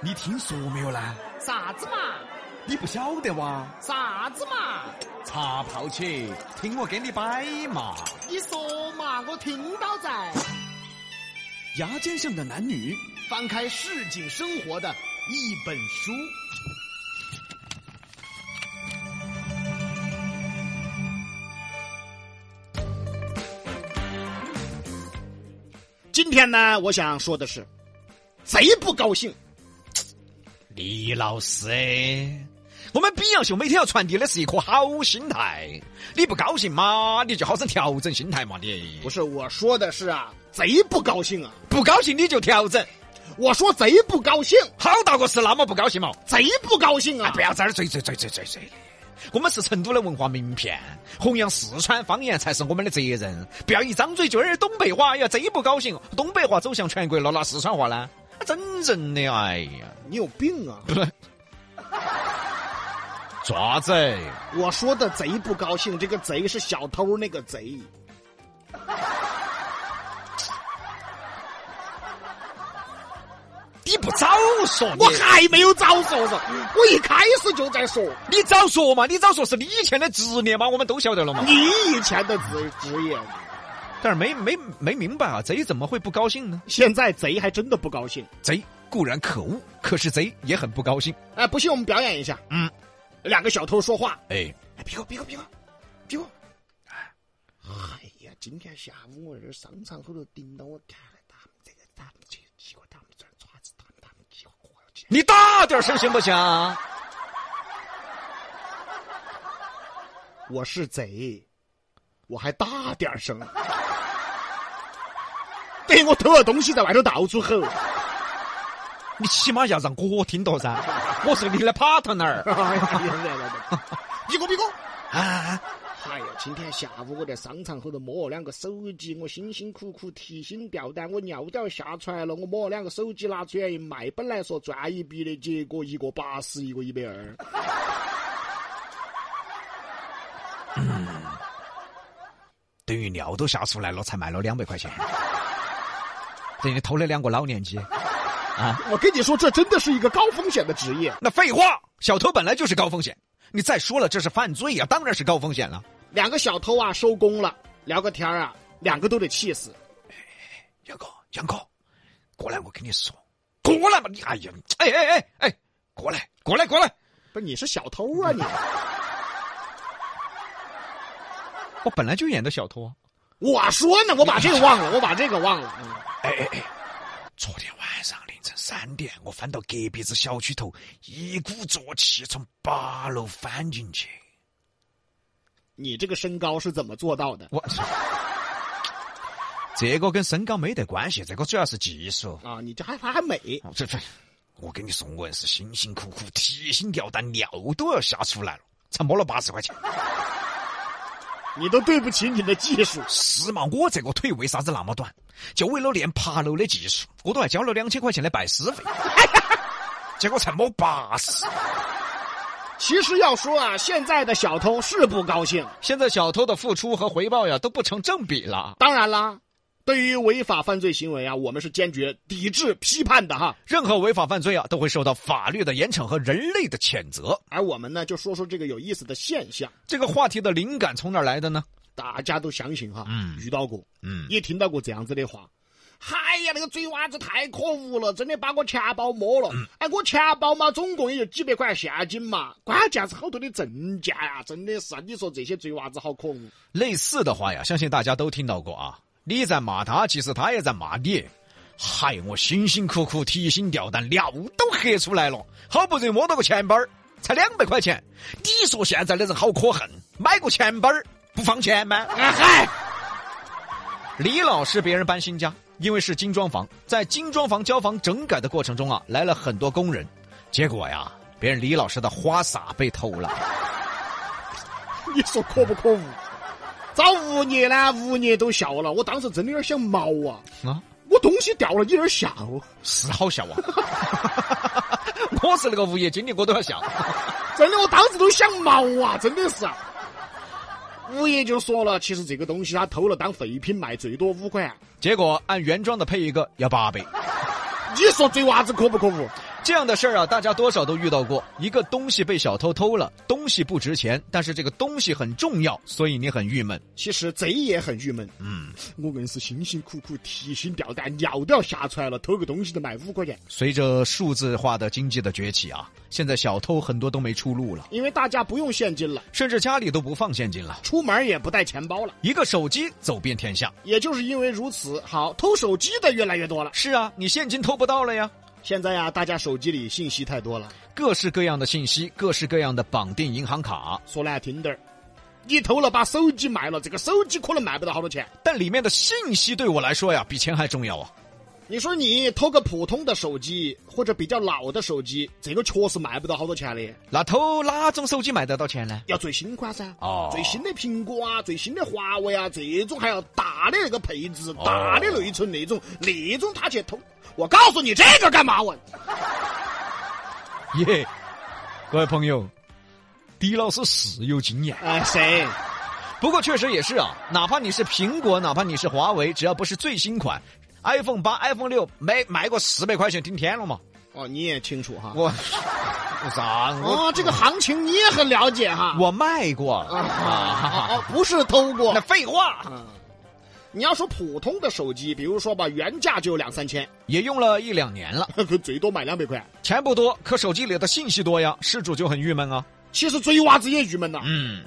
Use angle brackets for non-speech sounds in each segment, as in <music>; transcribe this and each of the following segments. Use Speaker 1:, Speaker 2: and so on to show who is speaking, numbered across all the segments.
Speaker 1: 你听说没有呢？
Speaker 2: 啥子嘛？
Speaker 1: 你不晓得哇？
Speaker 2: 啥子嘛？
Speaker 1: 茶泡起，听我给你摆嘛。
Speaker 2: 你说嘛，我听到在。
Speaker 3: 牙尖上的男女，
Speaker 2: 翻开市井生活的一本书。今天呢，我想说的是，贼不高兴。
Speaker 3: 李老师，我们比洋秀每天要传递的是一颗好心态。你不高兴嘛，你就好生调整心态嘛。你
Speaker 2: 不是我说的是啊，贼不高兴啊！
Speaker 3: 不高兴你就调整，
Speaker 2: 我说贼不高兴，
Speaker 3: 好大个事那么不高兴嘛？
Speaker 2: 贼不高兴啊！
Speaker 3: 哎不要在那儿嘴嘴嘴嘴嘴嘴。我们是成都的文化名片，弘扬四川方言才是我们的责任。不要一张嘴就那儿东北话，要贼不高兴，东北话走向全国了，那四川话呢？真正的，哎呀，
Speaker 2: 你有病啊！
Speaker 3: 爪子，
Speaker 2: 我说的贼不高兴，这个贼是小偷那个贼。
Speaker 3: 你不早说，
Speaker 2: 我还没有早说呢，我一开始就在说。
Speaker 3: 你早说嘛，你早说是你以前的职业嘛，我们都晓得了嘛。
Speaker 2: 你以前的职职业，
Speaker 3: 但是没没没明白啊，贼怎么会不高兴呢？
Speaker 2: 现在贼还真的不高兴。
Speaker 3: 贼固然可恶，可是贼也很不高兴。
Speaker 2: 哎，不信我们表演一下，
Speaker 3: 嗯，
Speaker 2: 两个小偷说话。
Speaker 3: 哎，
Speaker 2: 哎，别我，别我，别我，别我！哎呀，今天下午我这商场后头盯到我看了他们这个他们这个结果他们这爪子他们他们结果过了去。
Speaker 3: 你大点声行不行？
Speaker 2: 我是贼，我还大点声。对，我偷了东西在外头到处吼。
Speaker 3: 你起码要让我听到噻，我是你的 partner。
Speaker 2: 哎呀，别别别！你给我，别我！
Speaker 3: 啊，
Speaker 2: 哎呀，今天下午我在商场后头摸了两个手机，我辛辛苦苦提心吊胆，我尿吊吓出来了，我摸了两个手机拿出来一卖，本来说赚一笔的，结果一个八十，一个一百二。
Speaker 3: 等于尿都吓出来了，才卖了两百块钱，等于偷了两个老年机。
Speaker 2: 我跟你说，这真的是一个高风险的职业。
Speaker 3: 那废话，小偷本来就是高风险。你再说了，这是犯罪呀、当然是高风险了。
Speaker 2: 两个小偷啊，收工了，聊个天啊，两个都得气死。
Speaker 3: 杨哥，杨哥，过来，我跟你说，过来嘛！你哎呀，哎哎哎哎，过来，过来，过来！
Speaker 2: 不是你是小偷啊你？
Speaker 3: 我本来就演的小偷啊。
Speaker 2: 我说呢，我把这个忘了，我把这个忘了。嗯
Speaker 3: 哎哎哎，昨天晚上凌晨三点，我翻到隔壁子小区头，一鼓作气从八楼翻进去。
Speaker 2: 你这个身高是怎么做到的？
Speaker 3: 我 <laughs> 这个跟身高没得关系，这个主要是技术。
Speaker 2: 啊，你这还还还美，
Speaker 3: 哦这这，我跟你说，我也是辛辛苦苦、提心吊胆，尿都要吓出来了，才摸了八十块钱。
Speaker 2: 你都对不起你的技术。
Speaker 3: 是嘛？我这个腿为啥子那么短？就为了练爬楼的技术，我都还交了两千块钱的拜师费， <laughs> 结果才摸八十。
Speaker 2: 其实要说啊，现在的小偷是不高兴。
Speaker 3: 现在小偷的付出和回报呀都不成正比了。
Speaker 2: 当然啦，对于违法犯罪行为啊，我们是坚决抵制、批判的哈。
Speaker 3: 任何违法犯罪啊都会受到法律的严惩和人类的谴责。
Speaker 2: 而我们呢，就说说这个有意思的现象，
Speaker 3: 这个话题的灵感从哪儿来的呢？
Speaker 2: 大家都相信哈，
Speaker 3: 嗯
Speaker 2: 遇到过，
Speaker 3: 嗯，
Speaker 2: 也听到过这样子的话。哎呀，那个贼娃子太可恶了，真的把我钱包摸了。哎，我钱包嘛，总共也就几百块现金嘛，关键是好多的证件呀、真的是啊。你说这些贼娃子好可恶。
Speaker 3: 类似的话呀，相信大家都听到过啊。你在骂他，其实他也在骂你。嗨，我辛辛苦苦、提心吊胆，尿都黑出来了，好不容易摸到个钱包儿，才两百块钱。你说现在的人好可恨，买个钱包儿不放钱吗？
Speaker 2: 哎嗨。
Speaker 3: 李老师别人搬新家，因为是精装房，在精装房交房整改的过程中啊，来了很多工人，结果呀，别人李老师的花洒被偷了。
Speaker 2: 你说可不可恶？找物业呢，物业都笑了。我当时真的有点想毛啊！
Speaker 3: 啊，
Speaker 2: 我东西掉了，你在那儿笑。
Speaker 3: 是好笑啊！我是那个物业经理，我都要笑。
Speaker 2: 真的，我当时都想毛啊！真的是。物业就说了，其实这个东西他偷了当废品卖，最多五块。
Speaker 3: 结果按原装的配一个要八倍。
Speaker 2: 你说这娃子可不可恶？
Speaker 3: 这样的事儿啊，大家多少都遇到过。一个东西被小偷偷了，东西不值钱，但是这个东西很重要，所以你很郁闷。
Speaker 2: 其实这也很郁闷。
Speaker 3: 嗯，
Speaker 2: 我硬是辛辛苦苦提心吊胆，尿都要吓出来了，偷个东西都卖五块钱。
Speaker 3: 随着数字化的经济的崛起啊，现在小偷很多都没出路了，
Speaker 2: 因为大家不用现金了，
Speaker 3: 甚至家里都不放现金了，
Speaker 2: 出门也不带钱包了。
Speaker 3: 一个手机走遍天下。
Speaker 2: 也就是因为如此，好偷手机的越来越多了。
Speaker 3: 是啊，你现金偷不到了呀。
Speaker 2: 现在呀、大家手机里信息太多了，
Speaker 3: 各式各样的信息，各式各样的绑定银行卡，
Speaker 2: 说难听点儿，你偷了把手机卖了，这个手机可能卖不到好多钱。
Speaker 3: 但里面的信息对我来说呀，比钱还重要啊。
Speaker 2: 你说你偷个普通的手机或者比较老的手机，这个确实卖不到好多钱的，
Speaker 3: 那偷哪种手机卖得到钱呢？
Speaker 2: 要最新款噻。
Speaker 3: 哦
Speaker 2: 最新的苹果啊，最新的华为啊，这种还要大的那个配置、
Speaker 3: 哦
Speaker 2: 大的内存那种，那种他去偷。我告诉你这个干嘛我？
Speaker 3: <laughs> 耶，各位朋友，狄老师是有经验，
Speaker 2: 哎，谁？
Speaker 3: 不过确实也是啊，哪怕你是苹果，哪怕你是华为，只要不是最新款，iPhone 八、iPhone 六没卖过四百块钱顶天了嘛？
Speaker 2: 哦，你也清楚哈。
Speaker 3: 我我啥？我、
Speaker 2: 哦，这个行情你也很了解哈。
Speaker 3: 我卖过啊哈
Speaker 2: 哦
Speaker 3: 哈！
Speaker 2: 哦，不是偷过
Speaker 3: 那。废话，
Speaker 2: 你要说普通的手机，比如说吧，原价就两三千， <laughs>
Speaker 3: 也用了一两年了，
Speaker 2: 可最多卖两百块。
Speaker 3: 钱不多，可手机里的信息多呀，失主就很郁闷啊。
Speaker 2: 其实追娃子也郁闷呐、
Speaker 3: 嗯，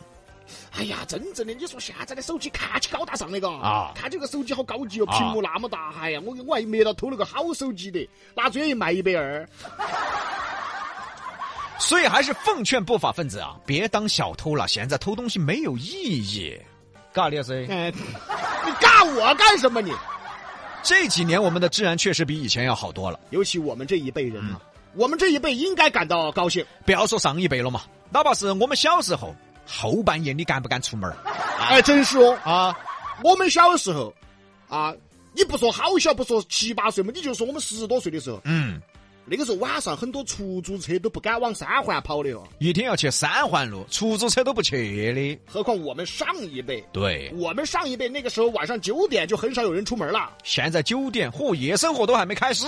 Speaker 2: 哎呀，真正的，你说现在的手机看起高大上那个
Speaker 3: 啊
Speaker 2: 看这个手机好高级哦，
Speaker 3: 啊
Speaker 2: 屏幕那么大，哎呀，我我还没到偷了个好手机的，拿最一卖一百
Speaker 3: <laughs>
Speaker 2: 二。
Speaker 3: 所以还是奉劝不法分子啊，别当小偷了，现在偷东西没有意义。嘎烈谁？
Speaker 2: 哎， <laughs> 你尬我干什么你？
Speaker 3: 这几年我们的治安确实比以前要好多了，
Speaker 2: 尤其我们这一辈人啊，
Speaker 3: 嗯
Speaker 2: 我们这一辈应该感到高兴。
Speaker 3: 不要说上一辈了嘛，哪怕是我们小时候，后半夜你敢不敢出门儿
Speaker 2: 哎，真是哦，
Speaker 3: 啊？
Speaker 2: 我们小时候，啊，你不说好小，不说七八岁嘛，你就说我们十多岁的时候，
Speaker 3: 嗯，
Speaker 2: 那个时候晚上很多出租车都不敢往三环跑的哦，
Speaker 3: 一天要去三环路，出租车都不去的。
Speaker 2: 何况我们上一辈。
Speaker 3: 对，
Speaker 2: 我们上一辈那个时候晚上九点就很少有人出门了
Speaker 3: 现在酒店和夜生活都还没开始。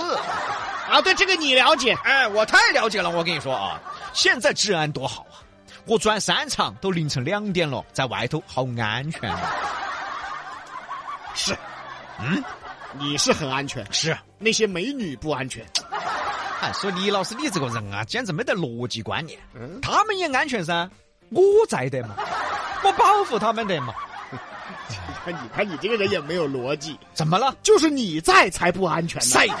Speaker 2: 啊！对这个你了解，
Speaker 3: 哎，我太了解了，我跟你说啊，现在治安多好啊！我转三场都凌晨两点了，在外头好安全啊。
Speaker 2: 是，嗯，你是很安全，
Speaker 3: 是，
Speaker 2: 那些美女不安全。
Speaker 3: 哎，说李老师你这个人啊，简直没得逻辑观念。
Speaker 2: 嗯
Speaker 3: 他们也安全噻，我在的嘛，我保护他们的嘛。
Speaker 2: 你看，哎你看，你这个人也没有逻辑，
Speaker 3: 怎么了？
Speaker 2: 就是你在才不安全呢。
Speaker 3: 谁呀？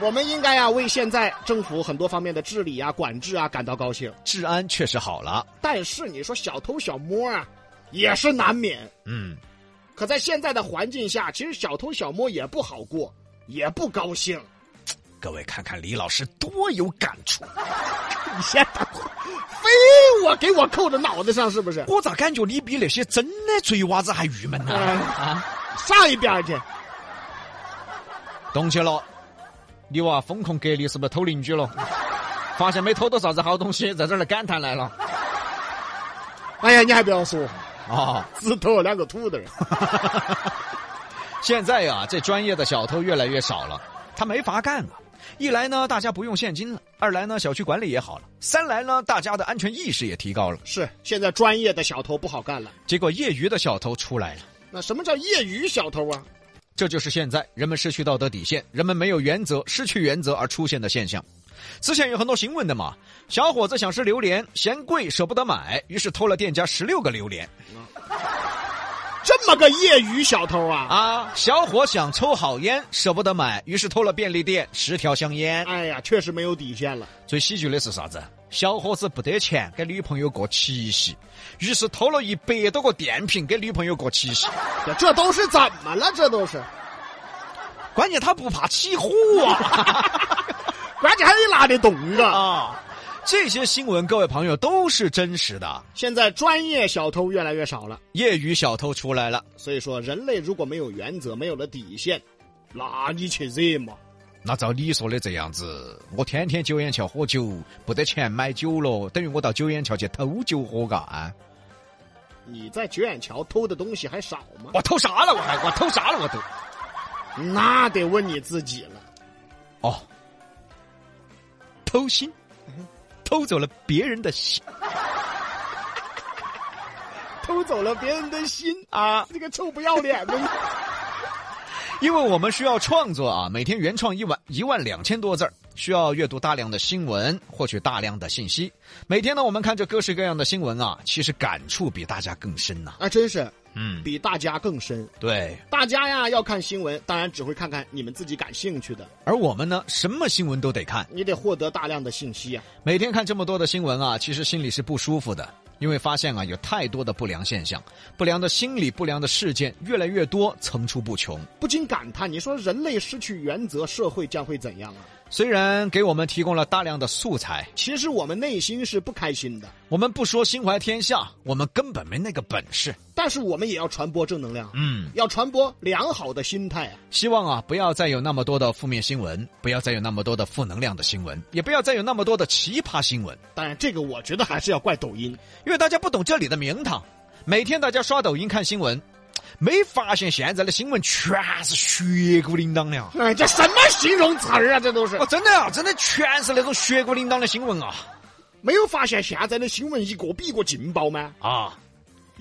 Speaker 2: 我们应该啊为现在政府很多方面的治理啊、管制啊感到高兴，
Speaker 3: 治安确实好了。
Speaker 2: 但是你说小偷小摸啊，也是难免。
Speaker 3: 嗯，
Speaker 2: 可在现在的环境下，其实小偷小摸也不好过，也不高兴。
Speaker 3: 各位看看李老师多有感触，
Speaker 2: <laughs> 你先等会儿，非我给我扣在脑袋上是不是？
Speaker 3: 我咋感觉你比那些真的贼娃子还郁闷呢、
Speaker 2: 哎
Speaker 3: 啊，
Speaker 2: 上一边去。
Speaker 3: 动起了，你娃风控隔离是不是偷邻居了？发现没偷到啥子好东西，在这儿来感叹来了
Speaker 2: 哎呀，你还不要说，
Speaker 3: 啊、
Speaker 2: 只偷了两个土豆儿。
Speaker 3: 现在呀、啊这专业的小偷越来越少了，他没法干啊。一来呢，大家不用现金了；二来呢，小区管理也好了；三来呢，大家的安全意识也提高了。
Speaker 2: 是，现在专业的小偷不好干了。
Speaker 3: 结果业余的小偷出来了，
Speaker 2: 那什么叫业余小偷啊？
Speaker 3: 这就是现在人们失去道德底线，人们没有原则，失去原则而出现的现象。之前有很多新闻的嘛，小伙子想吃榴莲，嫌贵舍不得买，于是偷了店家十六个榴莲
Speaker 2: 这么个业余小偷啊？
Speaker 3: 啊。小伙想抽好烟，舍不得买，于是偷了便利店十条香烟。
Speaker 2: 哎呀，确实没有底线了。
Speaker 3: 最喜剧的是啥子？小伙子不得钱，给女朋友过七夕，于是偷了一百多个电瓶给女朋友过七夕。
Speaker 2: 这这都是怎么了？这都是，
Speaker 3: 关键他不怕起火啊！ <laughs>
Speaker 2: 关键还得拿得动啊！
Speaker 3: 啊，这些新闻各位朋友都是真实的。
Speaker 2: 现在专业小偷越来越少了，
Speaker 3: 业余小偷出来了，
Speaker 2: 所以说人类如果没有原则，没有了底线，那你去惹嘛？
Speaker 3: 那照你说的这样子，我天天酒眼桥喝酒，不得钱买酒了，等于我到酒眼桥去偷酒喝干。
Speaker 2: 你在九眼桥偷的东西还少吗？
Speaker 3: 我偷啥了？我还我偷啥了？我都
Speaker 2: 那得问你自己了。
Speaker 3: 哦，偷心，偷走了别人的心。
Speaker 2: 偷走了别人的心
Speaker 3: 啊！
Speaker 2: 这个臭不要脸的！
Speaker 3: 因为我们需要创作啊，每天原创一万一万两千多字儿，需要阅读大量的新闻，获取大量的信息。每天呢，我们看着各式各样的新闻啊，其实感触比大家更深呐、
Speaker 2: 啊，真是
Speaker 3: 嗯，
Speaker 2: 比大家更深。
Speaker 3: 对。
Speaker 2: 大家呀要看新闻，当然只会看看你们自己感兴趣的，
Speaker 3: 而我们呢，什么新闻都得看，
Speaker 2: 你得获得大量的信息啊。
Speaker 3: 每天看这么多的新闻啊，其实心里是不舒服的，因为发现啊，有太多的不良现象，不良的心理、不良的事件越来越多，层出不穷。
Speaker 2: 不禁感叹，你说人类失去原则，社会将会怎样啊？
Speaker 3: 虽然给我们提供了大量的素材，
Speaker 2: 其实我们内心是不开心的，
Speaker 3: 我们不说心怀天下，我们根本没那个本事。
Speaker 2: 但是我们也要传播正能量，
Speaker 3: 嗯，
Speaker 2: 要传播良好的心态啊。
Speaker 3: 希望啊，不要再有那么多的负面新闻，不要再有那么多的负能量的新闻，也不要再有那么多的奇葩新闻，
Speaker 2: 当然，这个我觉得还是要怪抖音。
Speaker 3: 因为大家不懂这里的名堂。每天大家刷抖音看新闻，没发现现在的新闻全是血骨淋当的啊！
Speaker 2: <laughs> 哎，这什么形容词儿啊？这都是
Speaker 3: <laughs> 哦，真的啊，真的全是那种血骨淋当的新闻啊！
Speaker 2: <laughs> 没有发现现在的新闻一个比一个劲爆吗？
Speaker 3: 啊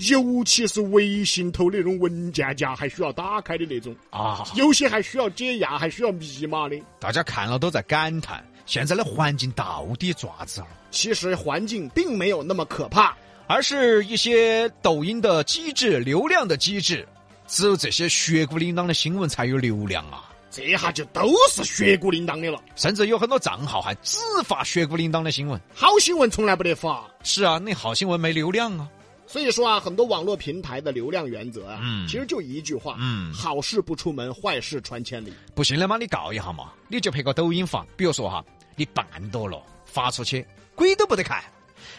Speaker 2: 尤其是微信头那种文件夹还需要打开的那种，
Speaker 3: 啊！
Speaker 2: 有些还需要解压，还需要密码的。
Speaker 3: 大家看了都在感叹，现在的环境到底爪子了？
Speaker 2: 其实环境并没有那么可怕，
Speaker 3: 而是一些抖音的机制、流量的机制，只有这些血骨淋当的新闻才有流量啊！
Speaker 2: 这下就都是血骨淋当的了。
Speaker 3: 甚至有很多账号还只发血骨淋当的新闻。
Speaker 2: 好新闻从来不得发，
Speaker 3: 是啊，那好新闻没流量啊。
Speaker 2: 所以说啊，很多网络平台的流量原则啊，
Speaker 3: 嗯
Speaker 2: 其实就一句话，
Speaker 3: 嗯
Speaker 2: 好事不出门，坏事传千里。
Speaker 3: 不信的嘛，你告一下嘛，你就拍个抖音发，比如说哈，你办到了发出去，鬼都不得看，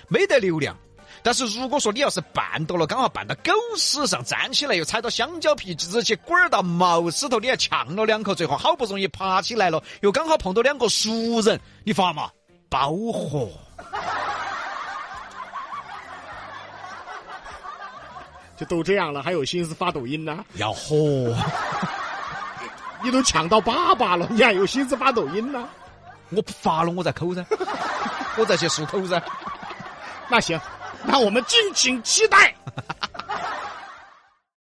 Speaker 3: 没得流量。但是如果说你要是办到了，刚好办到狗屎上，站起来又踩到香蕉皮，直接滚儿到茅屎头，你还呛了两口，最后好不容易爬起来了，又刚好碰到两个熟人，你发嘛，包火。
Speaker 2: 就都这样了，还有心思发抖音呢？
Speaker 3: 要火！
Speaker 2: 你都抢到粑粑了，你还有心思发抖音呢？
Speaker 3: 我不发了，我在抠噻，我在去漱口噻。
Speaker 2: 那行，那我们敬请期待。